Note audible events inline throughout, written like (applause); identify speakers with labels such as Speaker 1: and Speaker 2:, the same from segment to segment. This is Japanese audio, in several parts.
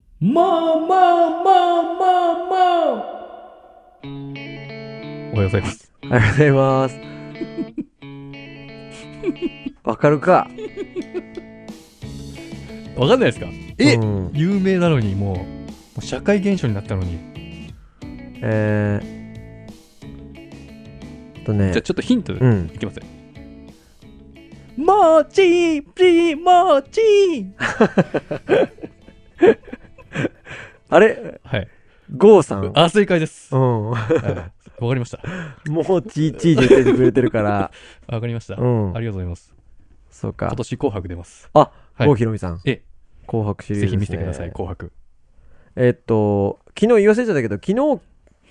Speaker 1: まあまあまあまあまあおはようございます。
Speaker 2: ありがとうございます。わかるか
Speaker 1: わかんないですかえ
Speaker 2: うん
Speaker 1: 有名なのにもう、もう社会現象になったのに。
Speaker 2: えー、とね
Speaker 1: じゃあ、ちょっとヒント
Speaker 2: う
Speaker 1: い
Speaker 2: ん。
Speaker 1: きますね。もちープリもちー
Speaker 2: あれ
Speaker 1: はい。
Speaker 2: ゴーさん。うん。
Speaker 1: あ、正解です。はい
Speaker 2: も (laughs)
Speaker 1: わかりました。
Speaker 2: うちいちいって言ってくれてるから。
Speaker 1: わかりました。あ
Speaker 2: う
Speaker 1: り
Speaker 2: ん
Speaker 1: が。とうございます。
Speaker 2: そうか
Speaker 1: 今。年紅白出ます。
Speaker 2: あ、
Speaker 1: はい
Speaker 2: 郷ひろみさん。
Speaker 1: え
Speaker 2: 紅白シリーズ
Speaker 1: ぜ
Speaker 2: です、
Speaker 1: ひ
Speaker 2: ね。
Speaker 1: 見てください、紅白。
Speaker 2: えっと、昨日言い忘れちゃったけど、昨日、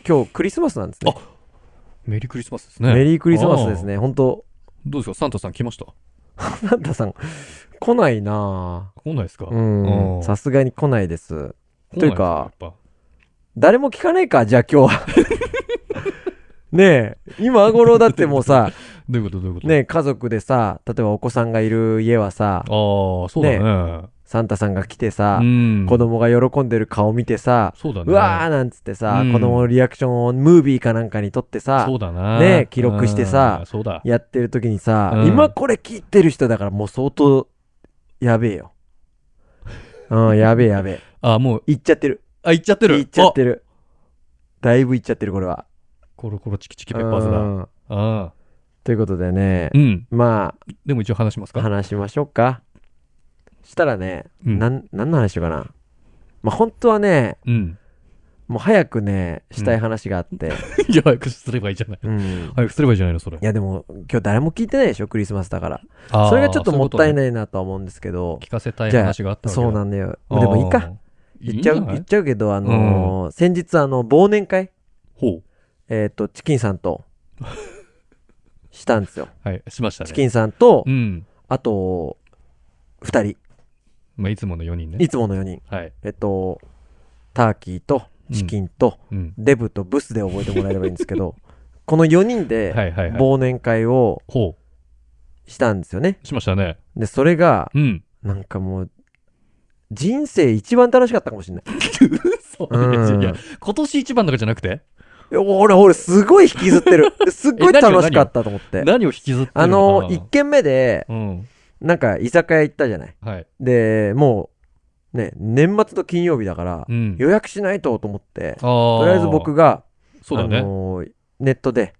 Speaker 2: 今日クリスマスなんですね。
Speaker 1: メリークリスマスですね。
Speaker 2: メリークリスマスですね。本当
Speaker 1: どうですかサンタさん来ました
Speaker 2: サンタさん、来ないなぁ
Speaker 1: 来ないですか
Speaker 2: う
Speaker 1: うん
Speaker 2: ん。さすがに来ないです。
Speaker 1: 来
Speaker 2: と
Speaker 1: ないいうです
Speaker 2: か
Speaker 1: やっ
Speaker 2: 誰も聞かないか、じゃあ今
Speaker 1: (laughs)
Speaker 2: 日は。ねえ、今頃だってもうさ、
Speaker 1: ぱどういうことどういうこと
Speaker 2: ねえ、家族でさ、例えばお子さんがいる家はさ
Speaker 1: あ、あ、そうだね。
Speaker 2: サンタさんが来てさ
Speaker 1: う、ん。
Speaker 2: 子供が喜んでる顔見てさ、
Speaker 1: そうだね。
Speaker 2: うわーなんつってさ、
Speaker 1: うん
Speaker 2: 子供のリアクションをムービーかなんかに撮ってさ
Speaker 1: そ、うだな。
Speaker 2: ねえ記録してさ
Speaker 1: うんそうだ。
Speaker 2: やってる時にさ、
Speaker 1: うん
Speaker 2: 今これ聞いてる人だからもう相当、やべえよ。うん、やべえやべえ。
Speaker 1: あ、もう、
Speaker 2: 行っちゃってる。
Speaker 1: あ、行っちゃってる。
Speaker 2: 行っちゃってる。だいぶ行っちゃってる、これは。
Speaker 1: あコロコロチキチキペッパーズだ。
Speaker 2: うん
Speaker 1: ああ。
Speaker 2: ということでね
Speaker 1: う、ん。
Speaker 2: まあ、
Speaker 1: でも一応話しますか
Speaker 2: 話しましょうか。したらね、
Speaker 1: うん
Speaker 2: なん、何の話しようかな。まあ、本当はね、
Speaker 1: うん。
Speaker 2: もう早くね、したい話があって。
Speaker 1: いや、早くすればいいじゃない。
Speaker 2: うん。
Speaker 1: 早くすればいいじゃないの、それ
Speaker 2: い。や、でも、今日誰も聞いてないでしょ、クリスマスだから。
Speaker 1: あー
Speaker 2: それがちょっともったい
Speaker 1: そううこ
Speaker 2: ないなとは思う思うんですけど
Speaker 1: とね。聞。かせたい話があったわけだ
Speaker 2: そうなんだよ。でもいいか。。言っちゃう、言っ
Speaker 1: う。
Speaker 2: ちゃうけど、あのー先日、あの、忘年会、
Speaker 1: ほう。
Speaker 2: えっ、と、チキンさんと、したんですよ。
Speaker 1: はい、しましたね。
Speaker 2: チキンさんと
Speaker 1: う、ん。
Speaker 2: あと、二人、
Speaker 1: まあ、いつもの4人ね。
Speaker 2: いつもの4人。
Speaker 1: はい。
Speaker 2: えっと、ターキーと、チキンと、
Speaker 1: うん。
Speaker 2: デブとブスで覚えてもらえればいいんですけど、 (laughs) この4人
Speaker 1: は
Speaker 2: で
Speaker 1: いはいはい。
Speaker 2: 忘年会を
Speaker 1: ほ
Speaker 2: したんですよね。
Speaker 1: う。しましたね。
Speaker 2: で、それが、
Speaker 1: うん。
Speaker 2: なんかもう、人生一番楽しかったかもしれない。
Speaker 1: (laughs) 嘘
Speaker 2: うん
Speaker 1: いや、今年一番とかじゃなくて
Speaker 2: いや俺、俺、すごい引きずっ
Speaker 1: (laughs)
Speaker 2: てる。すっごい楽しかったと思って。
Speaker 1: 何を引きずってる
Speaker 2: あ
Speaker 1: のか
Speaker 2: の、
Speaker 1: な
Speaker 2: 1軒目で、
Speaker 1: うん。
Speaker 2: なんか居酒屋行ったじゃない。
Speaker 1: はい。
Speaker 2: で、もう、ね、年末と金曜日だから
Speaker 1: う、ん。
Speaker 2: 予約しないとと思って、
Speaker 1: と
Speaker 2: とりあえず僕。が、
Speaker 1: そうだ
Speaker 2: あ
Speaker 1: ね。
Speaker 2: のーネットで、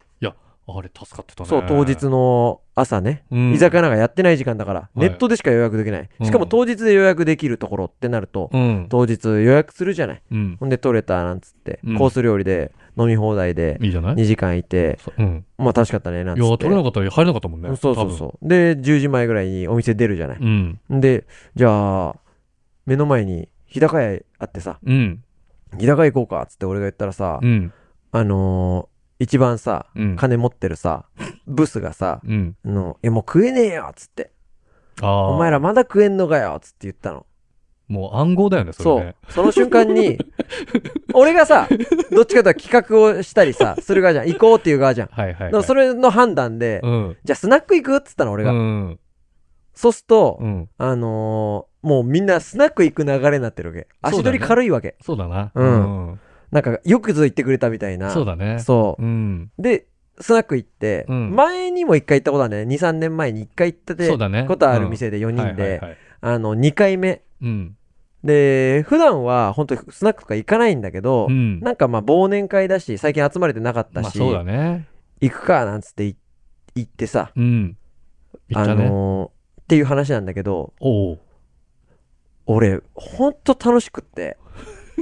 Speaker 1: あれ、助かってたね。
Speaker 2: そう、当日の朝ね、
Speaker 1: の
Speaker 2: 居酒屋なんかやってない時間だから、ネットでしか予約できない。
Speaker 1: うん
Speaker 2: しかも当日で予約できるところってなると、
Speaker 1: うん。
Speaker 2: 当日予約するじゃない。
Speaker 1: うん。
Speaker 2: ほんで取れたなんつって、
Speaker 1: うん
Speaker 2: コース料理で飲み放題で
Speaker 1: いいじゃない
Speaker 2: 2時間いて、
Speaker 1: そううん。
Speaker 2: まあ楽しかったねなん
Speaker 1: い
Speaker 2: つっ
Speaker 1: や、
Speaker 2: て。
Speaker 1: 取れなかったら入れなかったもんね。
Speaker 2: そうそうそう。で、10時前ぐらいにお店出るじゃない。
Speaker 1: う。うん。
Speaker 2: ん、で、じゃあ、目の前に日高屋あってさ、
Speaker 1: うん。
Speaker 2: 日高屋行こうかっつって俺が言ったらさ、
Speaker 1: うん。
Speaker 2: あのー一番さ、
Speaker 1: うん。
Speaker 2: 金持ってるさ、ブスがさ、
Speaker 1: うん。
Speaker 2: あの、いやもう食えねえよっつって、
Speaker 1: ああ。
Speaker 2: お前らまだ食えんのかよっつって言ったの。
Speaker 1: もう暗号だよね、そ
Speaker 2: そ
Speaker 1: れ
Speaker 2: う
Speaker 1: ね。。
Speaker 2: その瞬
Speaker 1: (laughs)
Speaker 2: 間に、俺がさ、どっちかというと企画をしたりさ、する側じゃん。行こうっていう側じゃん。
Speaker 1: はいはい
Speaker 2: で
Speaker 1: は
Speaker 2: も
Speaker 1: い。
Speaker 2: それの判断で、
Speaker 1: うん。
Speaker 2: じゃあスナック行くっつったの、俺
Speaker 1: う
Speaker 2: が。
Speaker 1: ん。
Speaker 2: そうすると
Speaker 1: う、ん。
Speaker 2: あのーもうみんなスナック行く流れになってるわけ。足取り軽いわけ。
Speaker 1: そうだな。
Speaker 2: うん
Speaker 1: うん。
Speaker 2: なんか、よくぞ言ってくれたみたいな。
Speaker 1: そうだね。
Speaker 2: そう
Speaker 1: うん。
Speaker 2: で、スナック行って、
Speaker 1: うん
Speaker 2: 前にも一回行ったことあるんだよね。2、3年前に一回行った
Speaker 1: そうだね。
Speaker 2: ことある店で4
Speaker 1: うん
Speaker 2: 人
Speaker 1: はい
Speaker 2: で
Speaker 1: は、いはい
Speaker 2: あの、2回目。
Speaker 1: うん。
Speaker 2: で、普段は本当スナックとか行かないんだけど、
Speaker 1: うん。
Speaker 2: なんかまあ忘年会だし、最近集まれてなかった
Speaker 1: まあ
Speaker 2: し、
Speaker 1: そうだね。
Speaker 2: 行くかなんつってい行ってさ、
Speaker 1: うん。行っ
Speaker 2: あ
Speaker 1: たね。
Speaker 2: のーっていう話なんだけど、
Speaker 1: おお。
Speaker 2: 俺、ほんと楽しく
Speaker 1: (laughs)
Speaker 2: って、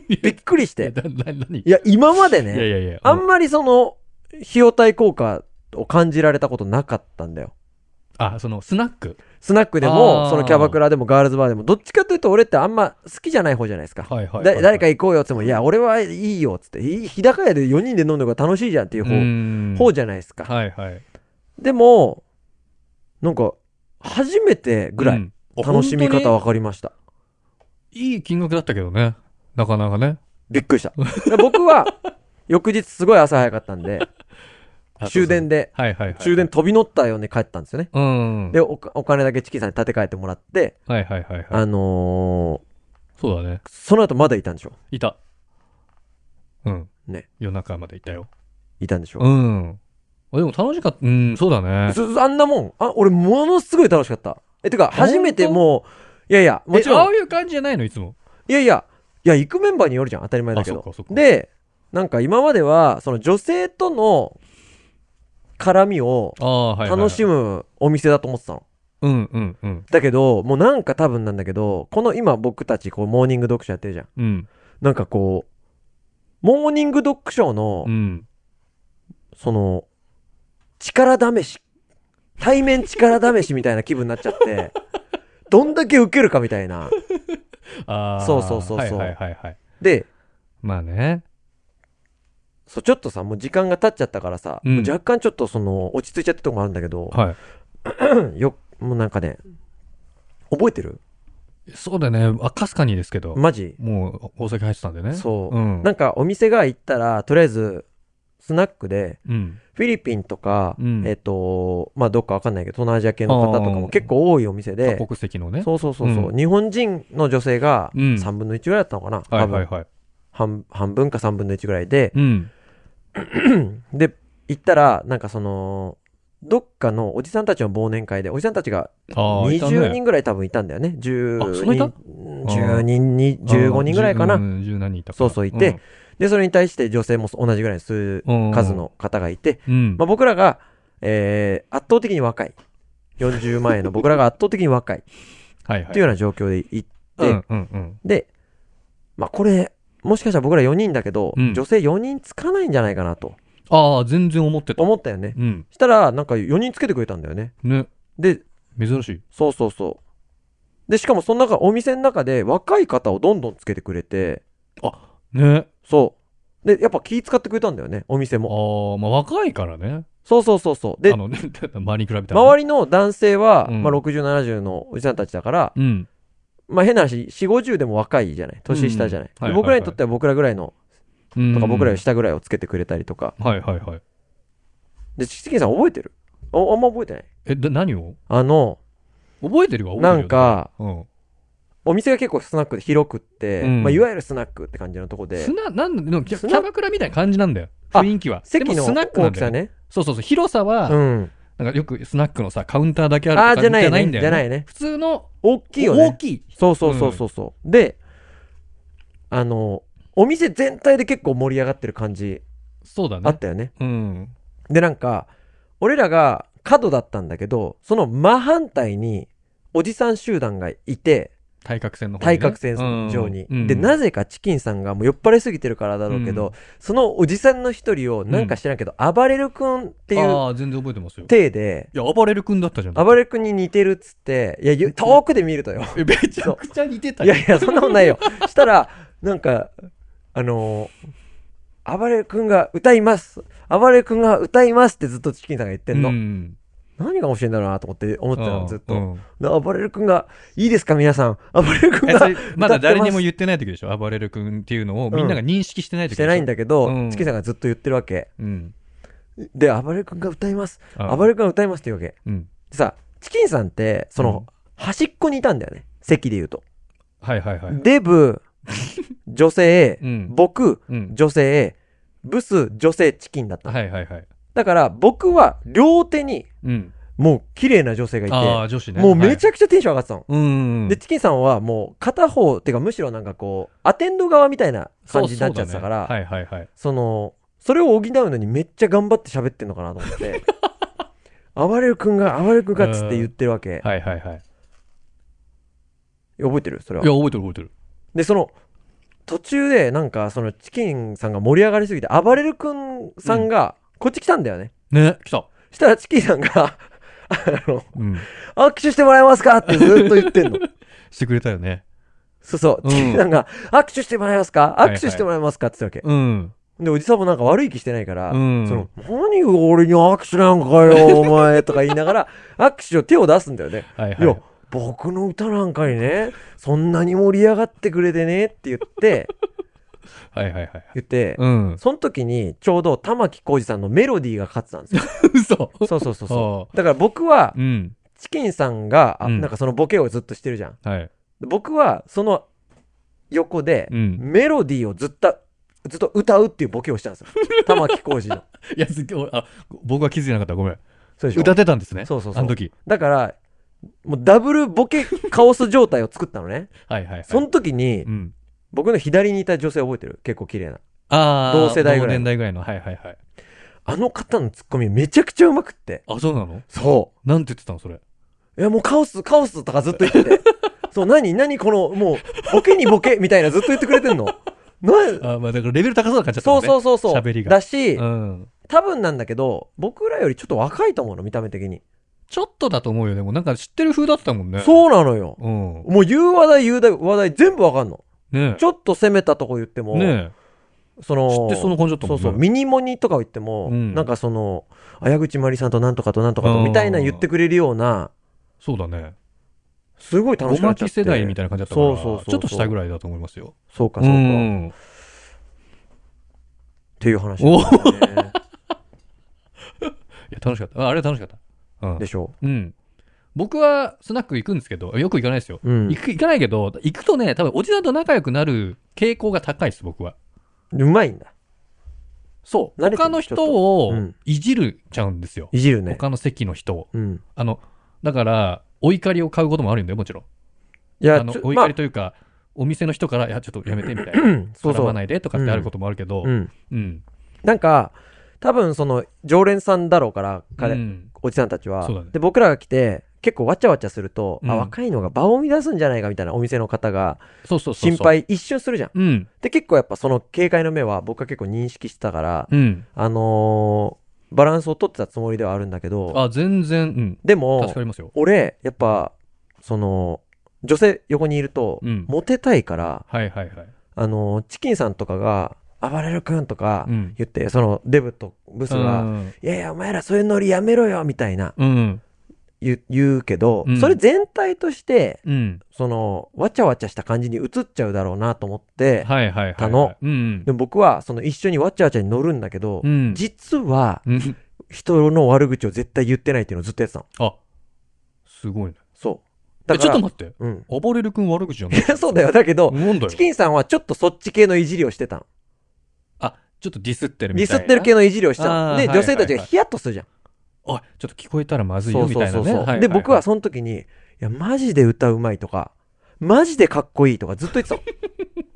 Speaker 1: び
Speaker 2: びっくりし
Speaker 1: いや
Speaker 2: て、
Speaker 1: (laughs) なな何い
Speaker 2: いや、今までね、
Speaker 1: やいやいや。
Speaker 2: あんまりその、費用対効果を感じられたことなかったんだよ。
Speaker 1: あ、その、スナック。
Speaker 2: スナックで
Speaker 1: あー
Speaker 2: も、そのキャバクラでも、ガールズバーでも、どっちかというと俺ってあんま好きじゃない方じゃないですか。
Speaker 1: はいはい。
Speaker 2: だ誰か行こうよって言っても、いや、俺はいいよって言って、いい日高屋で4人で飲んだ方が楽しいじゃんっていう方,、
Speaker 1: 行
Speaker 2: 方じゃないですか。
Speaker 1: はいはい。
Speaker 2: でも、なんか、初めてぐら
Speaker 1: う
Speaker 2: い、
Speaker 1: ん
Speaker 2: 楽しみ
Speaker 1: 本当
Speaker 2: 方
Speaker 1: に
Speaker 2: 分かりました。
Speaker 1: いい金額だったけどね。なかなかね。
Speaker 2: びっくりした。で
Speaker 1: (laughs)
Speaker 2: 僕は、翌日すごい朝早かったんで、
Speaker 1: あ
Speaker 2: 終電。で、
Speaker 1: そうそうはいはいはい。
Speaker 2: 終電。飛び乗ったように帰ったんですよね。
Speaker 1: うん。
Speaker 2: で、おお金だけチキンさんに立て替えてもらって、
Speaker 1: はいはいはいはい。
Speaker 2: あのー
Speaker 1: そうだね。
Speaker 2: その後まだいたんでしょ
Speaker 1: いた。うん。
Speaker 2: ね。
Speaker 1: 夜中までいたよ。
Speaker 2: いたんでしょ、
Speaker 1: うん。あでも楽しかった。うん、そうだね。
Speaker 2: ずあんなもん、あ、俺ものすごい楽しかった。え、てか、初めてもう、いやいや、もち
Speaker 1: えあ
Speaker 2: ろ
Speaker 1: あ
Speaker 2: ん、
Speaker 1: いう感じじゃないのいつも。
Speaker 2: いやいや、いや、行くメンバーによるじゃん、当たり前だけ
Speaker 1: あそっ
Speaker 2: ど
Speaker 1: かそっ。か
Speaker 2: で、なんか今までは、その女性との絡みを
Speaker 1: ああ、はい、はい。
Speaker 2: 楽し
Speaker 1: む。
Speaker 2: むお店だと思ってたの。
Speaker 1: うん、うん、うん。
Speaker 2: だけど、もうなんか多分なんだけど、この今僕たち、こう、モーニング読書やってるじゃん。
Speaker 1: うん。
Speaker 2: なんかこう、モーニング読書の
Speaker 1: う、ん。
Speaker 2: その、力試し、対面力試しみたいな気分になっちゃって、
Speaker 1: (laughs)
Speaker 2: どんだけ受けるかみたいな。
Speaker 1: ああ。
Speaker 2: そうそうそうそう
Speaker 1: はいはいはいはい。
Speaker 2: で、
Speaker 1: まあね。
Speaker 2: そうちょっとさ、もう時間が経っちゃったからさ、
Speaker 1: うん
Speaker 2: もう若干ちょっとその、落ち着いちゃったとこもあるんだけど、
Speaker 1: は
Speaker 2: よ、もうなんかね、覚えてる
Speaker 1: い。そうだね。あ、かすかにですけど。
Speaker 2: マジ
Speaker 1: もう、宝石入ってたんでね。
Speaker 2: そう。
Speaker 1: うん。
Speaker 2: なんかお店が行ったら、とりあえず、スナックで、
Speaker 1: うん。
Speaker 2: フィリピンとか、
Speaker 1: うん
Speaker 2: えっ、と、まあ、どっかわかんないけど、東南アジア系の方とか
Speaker 1: あ
Speaker 2: も
Speaker 1: ー
Speaker 2: 結構多いお店で
Speaker 1: 多、国籍のね。
Speaker 2: そうそうそうそう、
Speaker 1: う
Speaker 2: 日本人の女性が
Speaker 1: うん
Speaker 2: 3分の1ぐらいだったのかな、多分
Speaker 1: はいはいはい。
Speaker 2: 半半分か3分の1ぐらいで、
Speaker 1: うん。
Speaker 2: で行ったらなんかそのどっかのおじさんたちの忘年会でおじさんたちが
Speaker 1: ああ、いたね
Speaker 2: 20人ぐらい多分いたんだよね
Speaker 1: あそんないた
Speaker 2: 10人10人に15人ぐらいか
Speaker 1: う
Speaker 2: なん
Speaker 1: 十何人いたか
Speaker 2: そうそういて、でそれに対して女性も同じぐらいの数
Speaker 1: うん
Speaker 2: 数。の方がいて、
Speaker 1: うん。
Speaker 2: まあ、僕らが、えー圧倒的に若い40万円の僕らが圧倒的に若いって
Speaker 1: (laughs) はいはい。
Speaker 2: いうような状況で行って、
Speaker 1: うんうんうん。
Speaker 2: で、まあこれ、もしかしたら僕ら4人だけど、
Speaker 1: うん
Speaker 2: 女性4人つかないんじゃないかなと
Speaker 1: ああ、全然思ってた。
Speaker 2: 思ったよね。
Speaker 1: うん。
Speaker 2: したら、なんか4人つけてくれたんだよね。
Speaker 1: ね。
Speaker 2: で、
Speaker 1: 珍しい。
Speaker 2: そうそうそう。で、しかもその中、お店の中で若い方をどんどんつけてくれて、
Speaker 1: ね。
Speaker 2: そう。で、やっぱ気使ってくれたんだよね、お店
Speaker 1: あ
Speaker 2: も。
Speaker 1: あ、まあ若いからね。
Speaker 2: そうそうそうそう。で
Speaker 1: あ、の、ね周りに比べたらね。
Speaker 2: 周りの男性は、
Speaker 1: うん
Speaker 2: まあ60、70のおじさんたちだから、
Speaker 1: うん。
Speaker 2: まあ変な話、4、50でも若いじゃない。年下じゃない。
Speaker 1: うんはい
Speaker 2: で僕らにとっては僕らぐらいの、
Speaker 1: うん。
Speaker 2: とか僕らより下ぐらいをつけてくれたりとか。
Speaker 1: はいはいはい。
Speaker 2: で、チキンさん覚えてるおあんま覚えてない
Speaker 1: え、だ何を
Speaker 2: あの、
Speaker 1: 覚えてるわ、覚えてる
Speaker 2: なんか、
Speaker 1: よ、
Speaker 2: お店が結構スナックで広くって、
Speaker 1: うん
Speaker 2: まあ、いわゆるスナックって感じのとこ
Speaker 1: うん。
Speaker 2: で
Speaker 1: 砂、なんだでもキャ、
Speaker 2: 砂
Speaker 1: キャバクラみたいな感じなんだよ。
Speaker 2: あ
Speaker 1: 雰囲気は。
Speaker 2: 席
Speaker 1: で
Speaker 2: の
Speaker 1: もスナックな
Speaker 2: 大
Speaker 1: ん
Speaker 2: き
Speaker 1: だ
Speaker 2: さ
Speaker 1: よ。
Speaker 2: ね
Speaker 1: そうそうそう、広さは、
Speaker 2: うん
Speaker 1: なんかよくスナックのさ、カウンターだけある
Speaker 2: あ
Speaker 1: と
Speaker 2: あ
Speaker 1: か
Speaker 2: じゃないね
Speaker 1: んだよ、ね。
Speaker 2: じゃないね
Speaker 1: 普通の
Speaker 2: 大きいよ
Speaker 1: 大
Speaker 2: ね
Speaker 1: きい。
Speaker 2: そうそうそうそうそうであのお店全体で結構盛り上がってる感じ
Speaker 1: そうだ
Speaker 2: あ
Speaker 1: ね
Speaker 2: っ。たよね
Speaker 1: うん。
Speaker 2: でなんか俺らが角だったんだけどその真反対におじさん集団がいて
Speaker 1: 対角線の方にね
Speaker 2: 対角線上に、
Speaker 1: うん
Speaker 2: で
Speaker 1: うん
Speaker 2: なぜかチキンさんがもう酔っ払いすぎてるからだろうけど、
Speaker 1: うん
Speaker 2: そのおじさんの一人をなんか知らんけど、暴れる君っていう
Speaker 1: ああ、全然覚えてますよ。
Speaker 2: 体で
Speaker 1: いや、暴れる君だったじゃん。
Speaker 2: 暴れる君に似てるっつっていやゆ遠くで見るとよ
Speaker 1: えめちゃくちゃ似てた
Speaker 2: い
Speaker 1: よ
Speaker 2: やいやそんなことな
Speaker 1: (laughs)
Speaker 2: いよしたらなんかあのー暴れる君が歌います暴れる君が歌いますってずっとチキンさんが言ってんの、
Speaker 1: うん
Speaker 2: 何が面白いんだろうなと思って思ってたのずっと、
Speaker 1: うん
Speaker 2: で暴れる君がいいですか皆さん暴れる君
Speaker 1: え
Speaker 2: が
Speaker 1: それまだ誰にも言ってない時でしょ暴れる君っていうのをみんなが認識してない時
Speaker 2: し
Speaker 1: でしょ
Speaker 2: てないんだけど、
Speaker 1: うん
Speaker 2: チキンさんがずっと言ってるわけ。
Speaker 1: うん
Speaker 2: で、暴れる君が歌います。
Speaker 1: あ
Speaker 2: 暴れる君が歌いますって言うわけ。
Speaker 1: うん
Speaker 2: でさ、チキンさんって、その、端っこにいたんだよね。席で言うと。
Speaker 1: はいはいはい
Speaker 2: デブ、女性、
Speaker 1: うん
Speaker 2: 僕、
Speaker 1: うん
Speaker 2: 女性、ブス、女性、チキンだったの。
Speaker 1: はいはいはい
Speaker 2: だから、僕は両手に、
Speaker 1: うん
Speaker 2: もう綺麗な女性がいて、
Speaker 1: ああ女子ね
Speaker 2: もうめち
Speaker 1: ゃ
Speaker 2: ゃくちゃテンション上がってたの。
Speaker 1: うん
Speaker 2: で、チキンさんはもう片方、てかむしろなんかこう、アテンド側みたいな感じになっちゃってたから、
Speaker 1: そうそうだねはいはいはい
Speaker 2: その、それを補うのにめっちゃ頑張って喋ってんのかなと思
Speaker 1: (laughs)
Speaker 2: って。暴れる君が、暴れる君がっつって言ってるわけ。
Speaker 1: はいはいはいいや
Speaker 2: 覚えてるそれは。
Speaker 1: 覚えてる覚えてる
Speaker 2: で、その、途中でなんか、そのチキンさんが盛り上がりすぎて、暴れる君さんが、こっち来たんだよね。
Speaker 1: ね来た
Speaker 2: したらチキンさんが、 (laughs) あの、
Speaker 1: うん
Speaker 2: 握手してもらえますかってずっと言
Speaker 1: (laughs)
Speaker 2: ってんの。
Speaker 1: してくれたよね
Speaker 2: そうそう。
Speaker 1: うん
Speaker 2: チキンさんが、握手してもらえますか
Speaker 1: はいは
Speaker 2: 握
Speaker 1: い
Speaker 2: 手してもらえますかって言ってたわ
Speaker 1: うん
Speaker 2: け。で、おじさんもなんか悪い気してないから、
Speaker 1: うん
Speaker 2: その、何が俺に握手なんか
Speaker 1: (laughs)
Speaker 2: よ、お前とか言いながら、握手を手を出すんだよね。
Speaker 1: はいはい
Speaker 2: いや、僕の歌なんかにね、そんなに盛り上がってくれてねって言
Speaker 1: (laughs)
Speaker 2: って、
Speaker 1: はいはいはい
Speaker 2: 言って、 (laughs)
Speaker 1: うん
Speaker 2: その時にちょうど玉置浩二さんのメロディーが勝ってたんですよ。
Speaker 1: 嘘
Speaker 2: そうそうそう
Speaker 1: (laughs)
Speaker 2: そ。
Speaker 1: そう
Speaker 2: だから僕は
Speaker 1: う、うん
Speaker 2: チキンさんが、あ
Speaker 1: うん
Speaker 2: なんかそのボケをずっとしてるじゃん。
Speaker 1: はい
Speaker 2: 僕は、その、横で、
Speaker 1: うん
Speaker 2: メロディーをずっと、ずっと歌うっていうボケをしたんです
Speaker 1: (laughs)
Speaker 2: よ。玉置浩二の。
Speaker 1: いや、すっごい、あ、僕は気づいてなかった。ごめん。
Speaker 2: そうでしょ
Speaker 1: 歌ってたんですね。
Speaker 2: そうそうそう
Speaker 1: あの時。
Speaker 2: だから、もうダブルボケカオス状態を作ったのね。
Speaker 1: はいはいはい。
Speaker 2: その時に
Speaker 1: う、ん。
Speaker 2: 僕の左にいた女性覚えてる結構綺麗な。
Speaker 1: ああ、
Speaker 2: 同世代ぐらい
Speaker 1: 同年代ぐらいの。はいはいはい。
Speaker 2: あの方のツッコミめちゃくちゃうまくって。
Speaker 1: あ、そうなの
Speaker 2: そ
Speaker 1: なんて言ってたのそれ。
Speaker 2: う。いやもうカオス、カオスとかずっと
Speaker 1: (laughs)
Speaker 2: 言ってて。そう、何、何この、もう、ボケにボケみたいなずっと言ってくれてんの。な
Speaker 1: あまあだからレベル高そうな感じだった
Speaker 2: そ
Speaker 1: も
Speaker 2: うん
Speaker 1: ね。
Speaker 2: そうそうそう。
Speaker 1: 喋りが
Speaker 2: だし、
Speaker 1: うん。
Speaker 2: 多分なんだけど、僕らよりちょっと若いと思うの、見た目的に。
Speaker 1: ちょっとだと思うよ。でもなんか知ってる風だったもんね。
Speaker 2: そうなのよ。
Speaker 1: うん。
Speaker 2: もう言う話題言う話題全部わかんの。
Speaker 1: ね
Speaker 2: ちょっと攻めたとこ言って
Speaker 1: え。
Speaker 2: も、
Speaker 1: ね
Speaker 2: そ
Speaker 1: え。
Speaker 2: の、
Speaker 1: 知ってその感じだった
Speaker 2: そ
Speaker 1: も
Speaker 2: うん
Speaker 1: ね。
Speaker 2: そう、ミニモニとかを言っても、
Speaker 1: うん
Speaker 2: なんかその、綾口まりさんとなんとかとなんとかとみたいな言ってくれるような、
Speaker 1: そうだね。
Speaker 2: すごい楽
Speaker 1: ご
Speaker 2: しくな
Speaker 1: ま
Speaker 2: っちゃ
Speaker 1: き
Speaker 2: って。
Speaker 1: 世代みたいな感じだったから。
Speaker 2: そうそうそうそう
Speaker 1: ちょっと下ぐらいだと思いますよ。
Speaker 2: そうか、そううか。っ
Speaker 1: ん。
Speaker 2: ていう話なんだよね、
Speaker 1: いや、楽しかった。ああれは楽しかった。うん
Speaker 2: (laughs) で。しょ
Speaker 1: うん。僕はスナック行くんですけど、よく行かないですよ。
Speaker 2: う。うん
Speaker 1: 行。く、行かないけど、行くとね、多分おじさんと仲良くなる傾向が高いです、僕は。
Speaker 2: うまいんだ。
Speaker 1: そう。
Speaker 2: 慣れてる
Speaker 1: 他の人
Speaker 2: ちょっとう
Speaker 1: を
Speaker 2: ん
Speaker 1: いじるちゃうんですよ。
Speaker 2: いじるね。
Speaker 1: 他の席の人を。
Speaker 2: うん。
Speaker 1: あの、だから、お怒りを買うこともあるんだよ、もちろん。
Speaker 2: いや、
Speaker 1: あの
Speaker 2: ちょ
Speaker 1: お
Speaker 2: ま
Speaker 1: 怒りというか、お店の人から、いや、ちょっとやめてみたいな。
Speaker 2: あ、そう
Speaker 1: 絡
Speaker 2: そ
Speaker 1: ま
Speaker 2: う
Speaker 1: な。いでとかってあることもあるけど、う。
Speaker 2: うんん。なんか、多分その、常連さんだろうから、彼、
Speaker 1: うん
Speaker 2: おじさんたちは、
Speaker 1: そうだね
Speaker 2: で僕らが来て結構わちゃわちゃすると、
Speaker 1: う
Speaker 2: あ
Speaker 1: ん
Speaker 2: 若いのが場を生み出すんじゃないかみたいなお店の方が
Speaker 1: そうそうそうそう。
Speaker 2: 心。配一瞬するじゃん
Speaker 1: うん。
Speaker 2: で結構やっぱその警戒の目は僕は結構認識してたから、
Speaker 1: うん。
Speaker 2: あのーバランスを取ってたつもりではあるんだけど
Speaker 1: あ、全然、
Speaker 2: で
Speaker 1: うん。
Speaker 2: も
Speaker 1: 助かりますよ。
Speaker 2: 俺やっぱその女性横にいると、
Speaker 1: うん
Speaker 2: モテたいから、
Speaker 1: はいはいはい。
Speaker 2: あのーチキンさんとかが「暴れる君」とか
Speaker 1: うん。
Speaker 2: 言って、そのデブとブスが「
Speaker 1: うん
Speaker 2: いやいやお前らそういうノリやめろよ」みたいな
Speaker 1: うん。
Speaker 2: 言う言うけど、
Speaker 1: うん
Speaker 2: それ全体として
Speaker 1: うん。
Speaker 2: そのわちゃわちゃした感じに移っちゃうだろうなと思って、
Speaker 1: はいはいはい、
Speaker 2: たの。
Speaker 1: うん
Speaker 2: で。も僕はその一緒にわちゃわちゃに乗るんだけど、
Speaker 1: うん。
Speaker 2: 実は
Speaker 1: うん
Speaker 2: 人の悪口を絶対言ってないっていうのをずっとやってたの
Speaker 1: あ、すごいね。
Speaker 2: そう
Speaker 1: え
Speaker 2: だ
Speaker 1: ち
Speaker 2: か
Speaker 1: ょっ
Speaker 2: ら
Speaker 1: と待って。
Speaker 2: うん
Speaker 1: 暴れる君悪口じゃない
Speaker 2: いや (laughs) そうだよだけど、
Speaker 1: なんだよ
Speaker 2: チ。キンさんはちょっとそっち系のいじりをしてたの
Speaker 1: あ、ちょっとディスってる
Speaker 2: ディ
Speaker 1: みた
Speaker 2: ス
Speaker 1: いな。
Speaker 2: ってる系のいじりをしてた
Speaker 1: あー
Speaker 2: ので
Speaker 1: はいはい
Speaker 2: 女
Speaker 1: はい
Speaker 2: 性たちがヒヤッとするじゃん、
Speaker 1: あ、ちょっと聞こえたらまずいよみたいな
Speaker 2: そう
Speaker 1: ね。
Speaker 2: そうそうそう、
Speaker 1: いいい
Speaker 2: で僕は、その時に「いやマジで歌うまい」とか「マジでかっこいい」とかずっと言ってたの (laughs)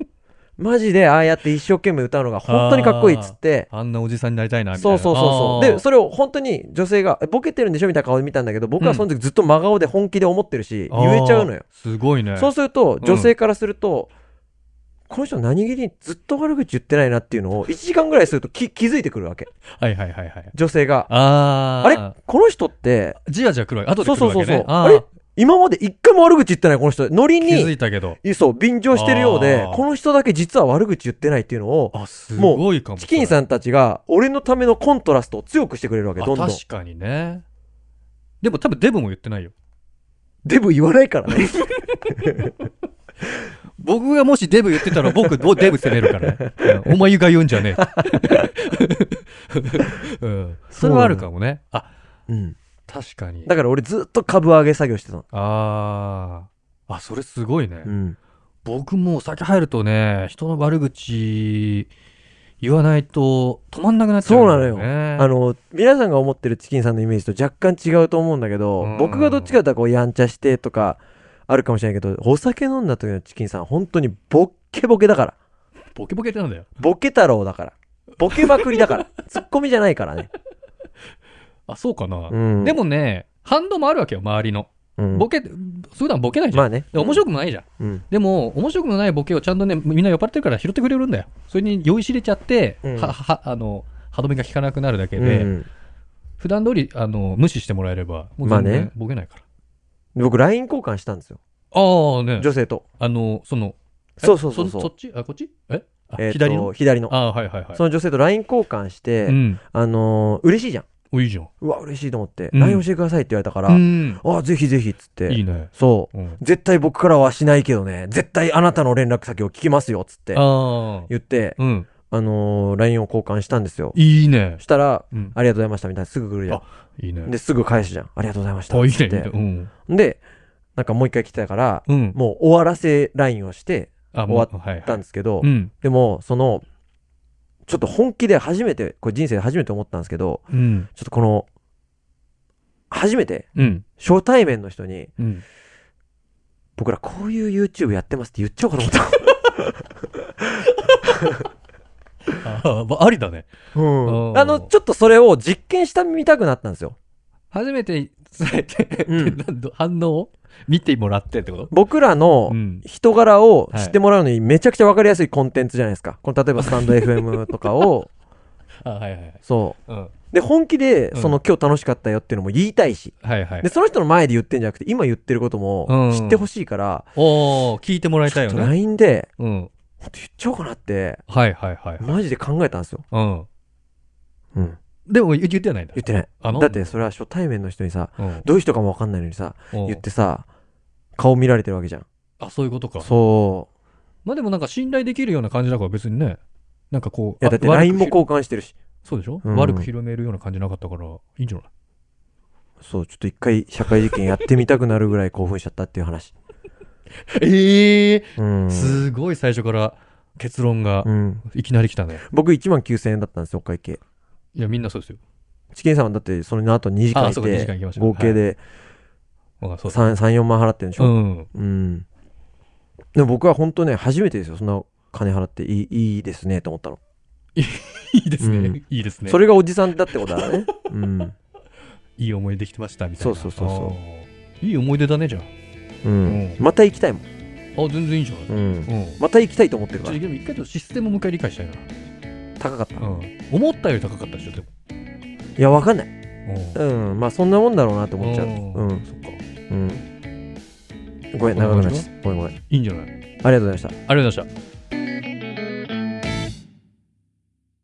Speaker 2: マジでああやって一生懸命歌うのが本当にかっこいいっつって
Speaker 1: あんなおじさんになりたいな、みたい
Speaker 2: そ
Speaker 1: な。
Speaker 2: うそうそうそうでそれを本当に女性がえボケてるんでしょみたいな顔で見たんだけど僕はその時ずっと真顔で本気で思ってるし、
Speaker 1: あー
Speaker 2: 言えちゃうのよ。
Speaker 1: すごいね。
Speaker 2: そうすると
Speaker 1: ん
Speaker 2: 女性からすると、この人何気にずっと悪口言ってないなっていうのを1時間ぐらいするとき気づいてくるわけ
Speaker 1: はいはいはいはい。
Speaker 2: 女性が
Speaker 1: あー。
Speaker 2: あれこの人って
Speaker 1: じわじわ黒い。後で
Speaker 2: そう
Speaker 1: 来る
Speaker 2: そう
Speaker 1: わけ
Speaker 2: そ
Speaker 1: ね。
Speaker 2: うそう
Speaker 1: あ
Speaker 2: あれ今まで一回も悪口言ってないこの人ノリ
Speaker 1: ー気づ
Speaker 2: に
Speaker 1: いたけど。
Speaker 2: そう便乗してるようで
Speaker 1: あー
Speaker 2: この人だけ実は悪口言ってないっていうのを
Speaker 1: あ、すごいかも。
Speaker 2: チキンさんたちが俺のためのコントラストを強くしてくれるわけ
Speaker 1: あ
Speaker 2: どんどん
Speaker 1: 確かにね。でも多分デブも言ってないよ。
Speaker 2: デブ言わないから
Speaker 1: (laughs)
Speaker 2: ね
Speaker 1: 僕がもしデブ言って
Speaker 2: (laughs)
Speaker 1: たら僕、もうデブ責めるからね。うんお前が言うんじゃねえ。うんそれはあるかもね。あ、
Speaker 2: うん
Speaker 1: 確かに。
Speaker 2: だから俺ずっと株上げ作業してたの
Speaker 1: あー。あ、それすごいね。
Speaker 2: うん
Speaker 1: 僕もう酒入るとね、人の悪口言わないと止まんなくなっちゃう、
Speaker 2: そうあ、の皆さんが思ってるチキンさんのイメージと若干違うと思うんだけど、
Speaker 1: うん
Speaker 2: 僕がどっちかというとこうやんちゃしてとかあるかもしれないけどお酒飲んだ時のチキンさん本当にボッケボケだから
Speaker 1: ボケボケってなんだよ。
Speaker 2: ボケ太郎だからボケまくりだ
Speaker 1: (laughs)
Speaker 2: からツッコミじゃないからね、
Speaker 1: あ、そうかな。
Speaker 2: うん、
Speaker 1: で、もね、反動もあるわけよ、周りの。
Speaker 2: うん、
Speaker 1: ボケ、普段ボケないじゃん。
Speaker 2: まあね
Speaker 1: で面白くもないじゃん。
Speaker 2: うん
Speaker 1: でも、面白くもないボケをちゃんとね、みんな酔っ払ってるから拾ってくれるんだよ。それに酔いしれちゃって、
Speaker 2: うん
Speaker 1: は、は、あの、歯止めが効かなくなるだけ
Speaker 2: う
Speaker 1: で、
Speaker 2: ん、
Speaker 1: 普段通り、あの、無視してもらえれば、もう
Speaker 2: まあ
Speaker 1: 全
Speaker 2: ね
Speaker 1: 然ボケないから。
Speaker 2: 僕 LINE 交換したんですよ
Speaker 1: ああね。
Speaker 2: 女性と、
Speaker 1: あの、その、え
Speaker 2: そうそうそうそう
Speaker 1: そっちあ、こっちえあ
Speaker 2: えーと
Speaker 1: 左の
Speaker 2: 左の
Speaker 1: ああ、はいはいはい。
Speaker 2: その女性と LINE 交換して、
Speaker 1: うん。
Speaker 2: あのー嬉しいじゃん
Speaker 1: お、いいじゃん。
Speaker 2: うわ嬉しいと思って、
Speaker 1: うん
Speaker 2: LINE 教えてくださいって言われたから、
Speaker 1: うん。
Speaker 2: あぜひぜひっつって
Speaker 1: いいね。
Speaker 2: そう
Speaker 1: うん。
Speaker 2: 絶対僕からはしないけどね、絶対あなたの連絡先を聞きますよ、つって
Speaker 1: ああ。
Speaker 2: 言って、
Speaker 1: うん。
Speaker 2: あのー、LINE を交換したんですよ。
Speaker 1: いいね
Speaker 2: そ。したら、
Speaker 1: うん。
Speaker 2: ありがとうございました、みたいな、すぐ来るじゃん。
Speaker 1: いいね。
Speaker 2: で、すぐ返すじゃん。ありがとうございました。
Speaker 1: あ、いいね。い
Speaker 2: つっ
Speaker 1: いね
Speaker 2: て
Speaker 1: うん。
Speaker 2: で、なんかもう一回来たから、
Speaker 1: うん。
Speaker 2: もう終わらせ LINE をして、
Speaker 1: あ
Speaker 2: 終
Speaker 1: わっ
Speaker 2: ったん
Speaker 1: で
Speaker 2: ですけど、
Speaker 1: うん。
Speaker 2: でも、その、ちょっと本気で初めて、これ人生で初めて思ったんですけど、
Speaker 1: うん。
Speaker 2: ちょっとこの、初めて、
Speaker 1: うん。
Speaker 2: 初対面の人に、
Speaker 1: うん。
Speaker 2: 僕らこういう YouTube やってますって言っちゃおうかと思った。
Speaker 1: ああまあありだね。
Speaker 2: う
Speaker 1: お
Speaker 2: ん、
Speaker 1: ー
Speaker 2: あの、ちょっとそれを実験してみたくなったんですよ。
Speaker 1: 初めて伝えて、
Speaker 2: うん
Speaker 1: なんだ反応を見てもらってってこと
Speaker 2: 僕らの
Speaker 1: うん。
Speaker 2: 人柄を知ってもらうのにめちゃくちゃわかりやすいコンテンツじゃないですか。この例えば
Speaker 1: (laughs)
Speaker 2: スタンド FM とかを、
Speaker 1: あはいはいはい。
Speaker 2: そ
Speaker 1: うん。は
Speaker 2: う。で、本気で、
Speaker 1: うん
Speaker 2: その今日楽しかったよっていうのも言いたいし、
Speaker 1: いはい
Speaker 2: で、。その人の前で言ってんじゃなくて、今言ってることも知ってほしいから、
Speaker 1: おお聞いてもらいたいよ
Speaker 2: ちょっと
Speaker 1: ね。
Speaker 2: LINE で、
Speaker 1: うん。
Speaker 2: ほんと言っちゃおうかなって、
Speaker 1: はいはいはい。
Speaker 2: マジで考えたんですよ。
Speaker 1: うん。
Speaker 2: うん。
Speaker 1: でも言言ってはないんだ
Speaker 2: 言っ。てない。
Speaker 1: あの
Speaker 2: だって、それは初対面の人にさ、
Speaker 1: うん。
Speaker 2: どういう人かもわかんないのにさ、
Speaker 1: うん
Speaker 2: 言ってさ、顔見られてるわけじゃん。
Speaker 1: あ、そういうことか。
Speaker 2: そ
Speaker 1: まあでもなんか信頼できるような感じだから別にね。なんかこ
Speaker 2: う。
Speaker 1: う。
Speaker 2: いや、だって
Speaker 1: あ
Speaker 2: LINE も
Speaker 1: 悪くひろ
Speaker 2: 交換してるし。
Speaker 1: そうでしょ
Speaker 2: うん
Speaker 1: 悪く広めるような感じなかったから、いいんじゃない
Speaker 2: そう、ちょっと一回社会実験やってみたくなるぐらい興奮しちゃったっていう話。
Speaker 1: ええ
Speaker 2: うん。
Speaker 1: すごい最初から結論が
Speaker 2: うん。
Speaker 1: いきなり来たね。
Speaker 2: 僕1万9000円だったんですよ、お会計。
Speaker 1: いや、みんなそうですよ。
Speaker 2: チキンさんはだって、その後2時間
Speaker 1: あ
Speaker 2: い
Speaker 1: そうか2時間行
Speaker 2: て
Speaker 1: きまし、た
Speaker 2: 合計で
Speaker 1: あそうだ
Speaker 2: 3、3 4万払ってるんでし
Speaker 1: う
Speaker 2: ょ。
Speaker 1: ん。
Speaker 2: うん。でも僕は本当ね、初めてですよ、そんな金払っていいいいですねと思ったの。
Speaker 1: (laughs) いいですね。
Speaker 2: うん
Speaker 1: いいですね。
Speaker 2: それがおじさんだってこと (laughs) だね。うん。
Speaker 1: いい思い出できてました、みたいな。
Speaker 2: そうそうそうそ
Speaker 1: う。
Speaker 2: う
Speaker 1: いい思い出だね、じゃあ。
Speaker 2: うん
Speaker 1: う。ん
Speaker 2: また行きたいもん。
Speaker 1: あ、全然いいじゃん。
Speaker 2: うん。
Speaker 1: うん。
Speaker 2: また行きたいと思ってる
Speaker 1: ち
Speaker 2: か
Speaker 1: ょ
Speaker 2: ら
Speaker 1: でも一回ちょっとシステムをもう一回理解したいな。
Speaker 2: 高かった
Speaker 1: う
Speaker 2: い
Speaker 1: ん。思ったより高かったでしょ、でも。
Speaker 2: やわかんない
Speaker 1: うん
Speaker 2: うんまあそんなもんだろうなと思っちゃう
Speaker 1: うん
Speaker 2: うん
Speaker 1: そっか。い
Speaker 2: うんごめん長くなっちゃったごめんごめんあり
Speaker 1: いんじゃないあり
Speaker 2: がとうございました
Speaker 1: がとうございました。